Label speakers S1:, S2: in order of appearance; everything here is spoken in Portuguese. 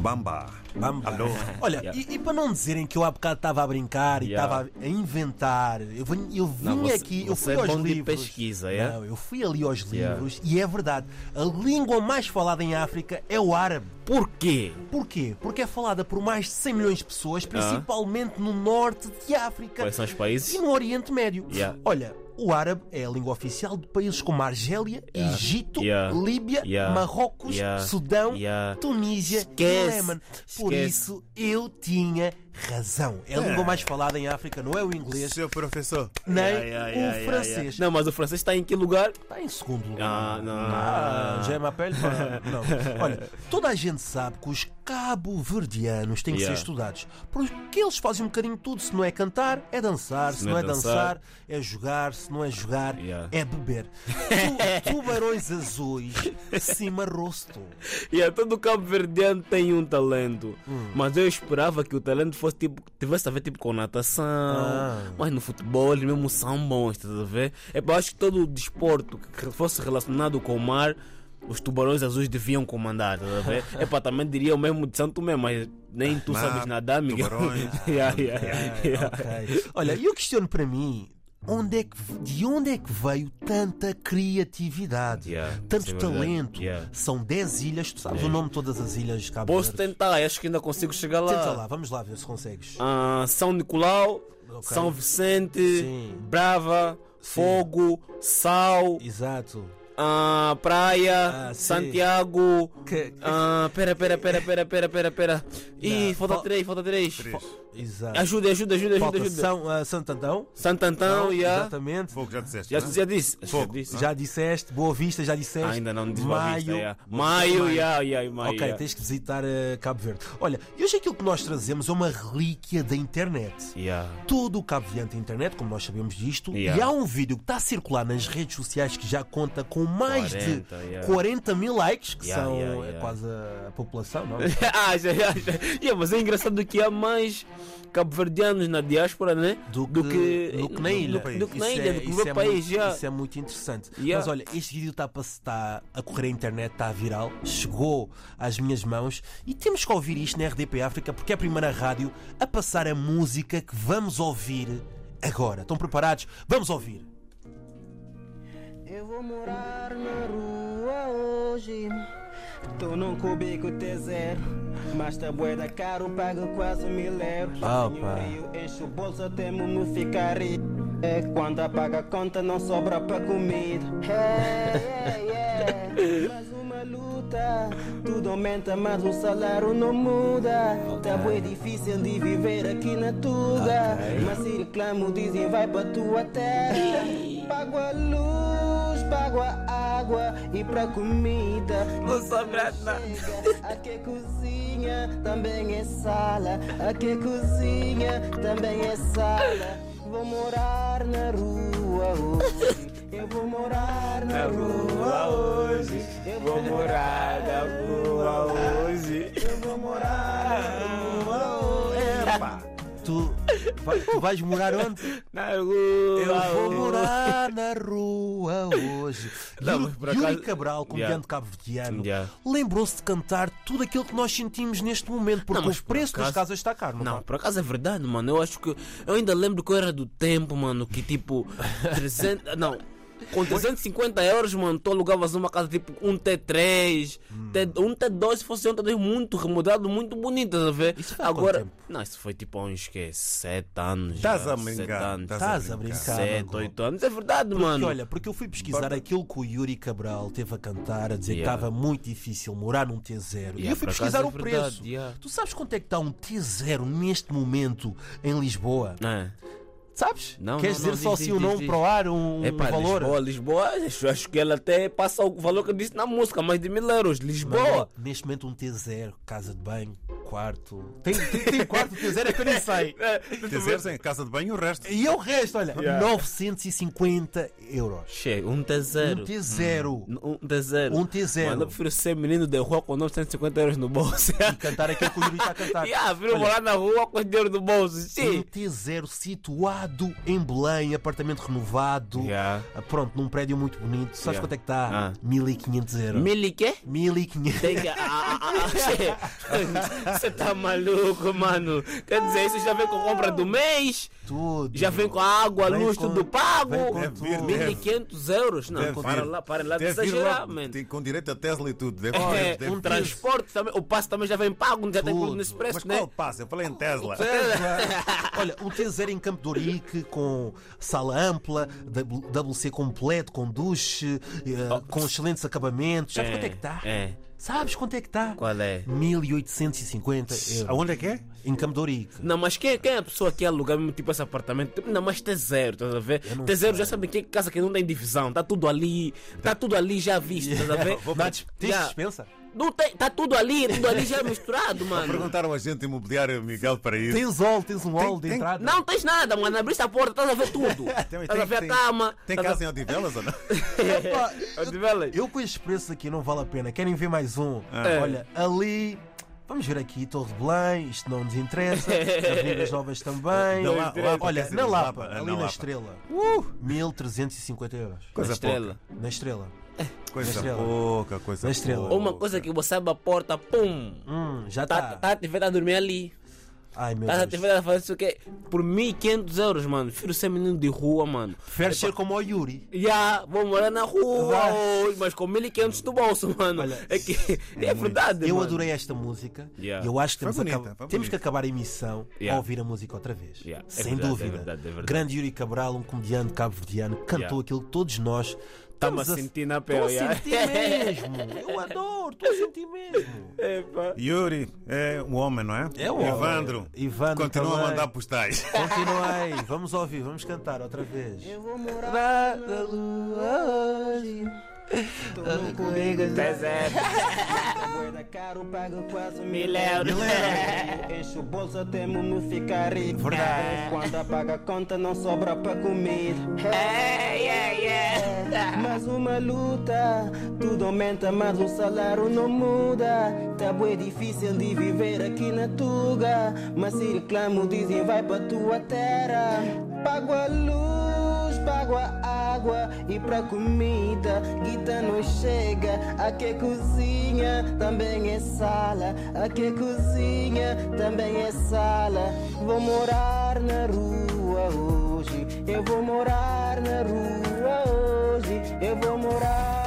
S1: Bamba.
S2: Bamba.
S1: Alô.
S2: Olha,
S3: Yeah.
S2: e, e para não dizerem que eu há bocado estava a brincar e
S3: Yeah.
S2: estava a inventar, eu, venho- eu vim
S3: Não, você-
S2: aqui, eu
S3: você
S2: fui
S3: é
S2: aos
S3: bom de
S2: livros.
S3: pesquisa, é?
S2: Não, eu fui ali aos
S3: Yeah.
S2: livros e é verdade. A língua mais falada em África é o árabe.
S3: Porquê? Ah.
S2: Porquê? Porque é falada por mais de 100 milhões de pessoas, principalmente no norte de África
S3: Quais são os
S2: e
S3: países?
S2: no Oriente Médio.
S3: Yeah.
S2: Olha, o árabe é a língua oficial de países como Argélia,
S3: Yeah.
S2: Egito,
S3: Yeah.
S2: Líbia,
S3: Yeah.
S2: Marrocos,
S3: Yeah.
S2: Sudão,
S3: Yeah.
S2: Tunísia
S3: Esquece.
S2: e Iémen. Por
S3: Esquece.
S2: isso eu tinha razão. É a língua mais falada em África, não é o inglês,
S4: Seu professor.
S2: nem
S3: Yeah, yeah,
S2: o
S3: yeah, yeah,
S2: um francês.
S3: yeah. Não, mas o francês está em que lugar?
S2: Está em segundo lugar.
S3: Ah, não.
S2: Ah, já é uma pele para... Não. Olha, toda a gente sabe que os cabo-verdianos têm que
S3: Yeah.
S2: ser estudados. Porque eles fazem um bocadinho de tudo. Se não é cantar, é dançar. Se, não, é dançar, é jogar. Se não é jogar,
S3: Yeah.
S2: é beber. Tu- Tubarões azuis, cima rosto.
S3: E yeah, todo Cabo Verdeano tem um talento.
S2: Hum.
S3: Mas eu esperava que o talento fosse tipo. tivesse a ver tipo com natação.
S2: Ah.
S3: Mas no futebol eles mesmo são bons, estás a ver? É pá, acho que todo o desporto que fosse relacionado com o mar. Os tubarões azuis deviam comandar, estás a ver? É pá, também diria o mesmo de Santo Tomé, mas nem tu
S4: Não,
S2: Ah,
S3: sabes nadar, Miguel.
S4: tubarões.
S3: yeah, yeah, yeah.
S2: Ok. Olha, e eu questiono para mim. Onde é que, de onde é que veio tanta criatividade?
S3: Yeah,
S2: tanto
S3: isso é verdade.
S2: talento?
S3: Yeah.
S2: São 10 ilhas, tu sabes o nome de todas as ilhas de Cabo
S3: Posso
S2: Verde?
S3: tentar, acho que ainda consigo chegar lá.
S2: Tenta lá, vamos lá ver se consegues.
S3: Ah, São Nicolau,
S2: Ok.
S3: São Vicente,
S2: Sim.
S3: Brava, Fogo, Sal,
S2: Exato.
S3: ah, Praia,
S2: Ah, sim.
S3: Santiago.
S2: Que-
S3: Ah, pera, pera, pera, pera, pera, pera, pera. Ih,
S2: Yeah.
S3: falta
S2: Fal-
S3: três, falta três.
S4: Três.
S2: Exato.
S3: Ajuda, ajuda, ajuda, ajuda,
S2: Falta
S3: ajuda.
S2: São, ah, Santo Antão.
S3: Santantão,
S2: Não,
S3: yeah.
S2: Exatamente.
S4: Fogo, já disseste.
S3: Já,
S4: não é?
S3: já disse? acho que
S4: Fogo.
S3: Já disse.
S2: Já disseste, Boa Vista, já disseste.
S3: Ah, ainda não disse Boa
S2: Maio.
S3: Vista, yeah. Maio, yeah, yeah, maio.
S2: Ok,
S3: yeah.
S2: tens que visitar eh, Cabo Verde. Olha, e hoje aquilo que nós trazemos é uma relíquia da internet.
S3: Yeah.
S2: todo o Cabo Verde tem internet, como nós sabemos disto,
S3: Yeah.
S2: e há um vídeo que está a circular nas redes sociais que já conta com mais
S3: 40,
S2: de
S3: yeah.
S2: 40 mil likes, que
S3: Yeah,
S2: são
S3: yeah,
S2: é
S3: yeah.
S2: quase a população, não?
S3: ah, já, já, já. Yeah, mas é engraçado que há mais cabo-verdianos na diáspora, né?
S2: Do que, do que na ilha.
S3: Do, do que na
S2: Isso
S3: ilha,
S2: é-
S3: do que no
S2: isso
S3: meu
S2: é
S3: país,
S2: muito,
S3: já.
S2: Isso é muito interessante.
S3: Yeah.
S2: Mas olha, este vídeo está a pass- está a correr a internet, está viral, chegou às minhas mãos e temos que ouvir isto na RDP África porque é a primeira rádio a passar a música que vamos ouvir agora. Estão preparados? Vamos ouvir.
S5: Eu vou morar na rua hoje. Tô num cubico T0. Mas tá bué da caro, pago quase mil euros.
S2: Ah,
S5: Tenho
S2: pá.
S5: rio, encho o bolso até mesmo ficar rico. É quando apaga a conta, não sobra pra comida. É, é, é. Mais uma luta. Tudo aumenta, mas o salário não muda. Tá bué difícil de viver aqui na Tuga. Mas se reclamo, dizem vai pra tua terra. Pago a luz, pago a água e pra comida. Não sobra nada. Aqui é cozinha, também é sala. Aqui é cozinha, também é sala. Vou morar na rua hoje. Eu vou morar na rua hoje. Eu vou morar na rua hoje. Eu vou morar na rua hoje.
S2: Tu, vai- tu vais morar onde?
S3: Na rua.
S2: Eu vou morar na rua hoje.
S3: Não,
S2: Yuri,
S3: mas por
S2: Yuri
S3: acaso-
S2: Cabral, comediante cabo-verdiano,
S3: Yeah.
S2: lembrou-se de cantar tudo aquilo que nós sentimos neste momento, porque
S3: Não, mas
S2: o
S3: por
S2: preço das
S3: acaso-
S2: casas está caro, não,
S3: Não,
S2: está?
S3: por acaso é verdade, mano. Eu acho que. Eu ainda lembro que eu era do tempo, mano, que tipo. 300. Não. Com 350 euros, mano, tu alugavas uma casa tipo um T3,
S2: Hum.
S3: T, um T2, se fosse um T2 muito remodelado, muito bonito, tá a ver? Isso
S2: foi há
S3: Agora,
S2: quanto tempo?
S3: não, isso foi tipo há uns que 7 anos.
S4: Estás
S3: já,
S4: a
S3: sete
S4: brincar.
S3: anos.
S4: estás
S2: Estás a brincar.
S3: Sete,
S2: agora.
S3: oito anos, é verdade,
S2: Porque,
S3: mano.
S2: olha, porque eu fui pesquisar aquilo que o Yuri Cabral teve a cantar, a dizer
S3: Yeah.
S2: que estava muito difícil morar num T0. e
S3: Yeah,
S2: eu fui
S3: por acaso
S2: pesquisar
S3: é
S2: o
S3: verdade,
S2: preço.
S3: yeah.
S2: Tu sabes quanto é que está um T0 neste momento em Lisboa?
S3: É.
S2: Sabes?
S3: Não,
S2: Queres
S3: não, não,
S2: dizer só
S3: diz,
S2: assim
S3: diz,
S2: o
S3: diz,
S2: nome
S3: diz.
S2: para o ar, um,
S3: É
S2: um
S3: para
S2: valor?
S3: Lisboa, Lisboa, acho, acho que ela até passa o valor que eu disse na música, mais de mil euros. Lisboa!
S2: Manuel, neste momento um T0, casa de banho, quarto. Tem, tem, tem quarto, teu zero é que eu nem sei.
S1: Teseres em casa de banho, o resto.
S2: E é o resto, olha,
S1: Yeah.
S2: 950 euros.
S3: Chega, um t
S2: Um
S3: zero.
S2: T0.
S3: Um t zero.
S2: Um T0.
S3: Mano, eu prefiro ser menino de rua com 950 euros no bolso.
S2: Cantar aquilo que o Yuri está a cantar.
S3: yeah, prefiro morar na rua com dinheiro no bolso.
S2: Um
S3: Sim.
S2: T0 situado em Belém, apartamento renovado.
S3: Yeah.
S2: Ah, Pronto, num prédio muito bonito. Sabes
S3: Yeah.
S2: quanto é que está?
S3: Ah.
S2: 1500 euros.
S3: Mil e quê?
S2: 1500.
S3: Tem que. ah, ah, ah, ah, Você tá maluco, mano. Quer dizer, isso já vem com compra do mês,
S2: Tudo.
S3: já vem com a água, a
S2: Vem
S3: luz,
S2: com-
S3: tudo
S2: vem
S3: pago.
S2: com
S1: Deve vir,
S2: tudo.
S1: deve.
S3: 1500 euros? Não,
S1: Deve
S3: para
S1: vir.
S3: lá, para lá de
S1: Deve vir
S3: exagerar,
S1: logo,
S3: mano.
S1: tem- Com direito a Tesla e tudo. Deve,
S3: É,
S1: deve, deve,
S3: um transporte também, o passo também já vem pago, já tem
S2: Tudo.
S3: tudo nesse preço,
S1: Mas
S3: né?
S1: qual passa? Eu falei em Tesla.
S2: Olha, um T0 em Campo de Ourique, com sala ampla, W- WC completo, com duche, eh, com excelentes acabamentos. Sabes quanto é que está?
S1: tá?
S3: É.
S2: Sabes quanto é que está?
S3: Qual é?
S2: 1850 euros.
S1: Aonde é que é?
S2: Em Campo de Ourique.
S3: Não, mas quem, quem é a pessoa que aluga mesmo tipo esse apartamento? Tipo, Não, mas tem zero, estás a ver?
S2: não
S3: Tem zero, já sabem que é casa que não tem divisão, está tudo ali, está tudo ali já visto, estás a ver?
S1: Tá. Vou
S2: Dá
S1: per-
S2: dis- tens
S3: Yeah.
S2: dispensa?
S3: Não tem, tá tudo ali, tudo ali já é misturado, mano.
S1: Perguntaram ao agente imobiliário Miguel para ir.
S2: Tens all, tens um all de
S1: tem-
S2: entrada.
S3: Não tens nada, mano. Abriste a porta, estás a ver tudo.
S1: Tem-
S3: Estás a
S1: tem-
S3: ver a
S1: tem-
S3: cama.
S1: Tem
S3: estás a-
S1: casa em Odivelas ou não?
S2: Epá,
S3: Odivelas.
S2: eu com estes preços aqui não vale a pena. Querem ver mais um?
S1: Ah.
S2: Olha, ali. Vamos ver aqui, Torre de Belém, isto não nos interessa. Avenidas Novas também.
S1: Não, lá- lá-
S2: Olha,
S1: quer dizer,
S2: na
S1: Lapa,
S2: Lapa, ali
S1: na
S2: na
S1: Lapa.
S2: Estrela. Uh, 1350 euros.
S1: Coisa
S3: Estrela.
S1: pouca.
S2: Na Estrela.
S1: Coisa
S2: Estrela.
S1: pouca, coisa
S2: Estrela.
S1: pouca.
S3: Ou uma coisa que você abre a porta, pum.
S2: Hum, já
S3: Tá,
S2: está.
S3: tá a TV tá a dormir ali.
S2: Ai meu
S3: Tá a
S2: Deus.
S3: TV tá a fazer isso aqui por 1500 euros, mano. Filho ser menino de rua, mano.
S2: Prefere ser como o Yuri.
S3: Já, vou morar na rua
S2: Vai.
S3: hoje, mas com 1500 do bolso, mano.
S2: Olha,
S3: é que é, verdade,
S2: Eu
S3: mano.
S2: adorei esta música.
S3: Yeah.
S2: E eu acho que
S1: Foi
S2: temos, a
S1: bonita,
S2: acab-
S1: foi
S2: temos que
S1: bonita.
S2: acabar a emissão a
S3: Yeah.
S2: ouvir a música outra vez.
S3: Yeah, é
S2: Sem
S3: verdade, é
S2: dúvida.
S3: verdade, é verdade.
S2: Grande Yuri Cabral, um comediante cabo-verdiano, cantou
S3: Yeah.
S2: aquilo que todos nós
S3: Tamo
S2: estamos
S3: a sentir na
S2: Estou a
S3: pele, yeah.
S2: sentir mesmo. Eu adoro, estou a sentir mesmo.
S3: Epa.
S1: Yuri é um homem, não é?
S2: É um homem.
S1: Evandro.
S2: Ivandro
S1: Continua
S2: também.
S1: a mandar postais.
S2: Continuei, vamos ouvir, vamos cantar outra vez.
S5: Eu vou morar
S2: Na- na lua hoje.
S5: tô num comigo.
S3: Tá certo.
S5: Guarda caro, pago quase
S3: Mil euros.
S5: Enche o bolso até mesmo ficar rico.
S2: Verdade.
S5: Quando paga a conta, não sobra pra comida.
S3: Ei, ei, ei.
S5: Mais uma luta, tudo aumenta, mas o salário não muda. Tá bué difícil de viver aqui na Tuga. Mas se reclamo, dizem vai pra tua terra. Pago a luz, pago a água e pra comida. Guita não chega, aqui é cozinha, também é sala. Aqui é cozinha, também é sala. Vou morar na rua hoje, eu vou morar na rua hoje eu vou morar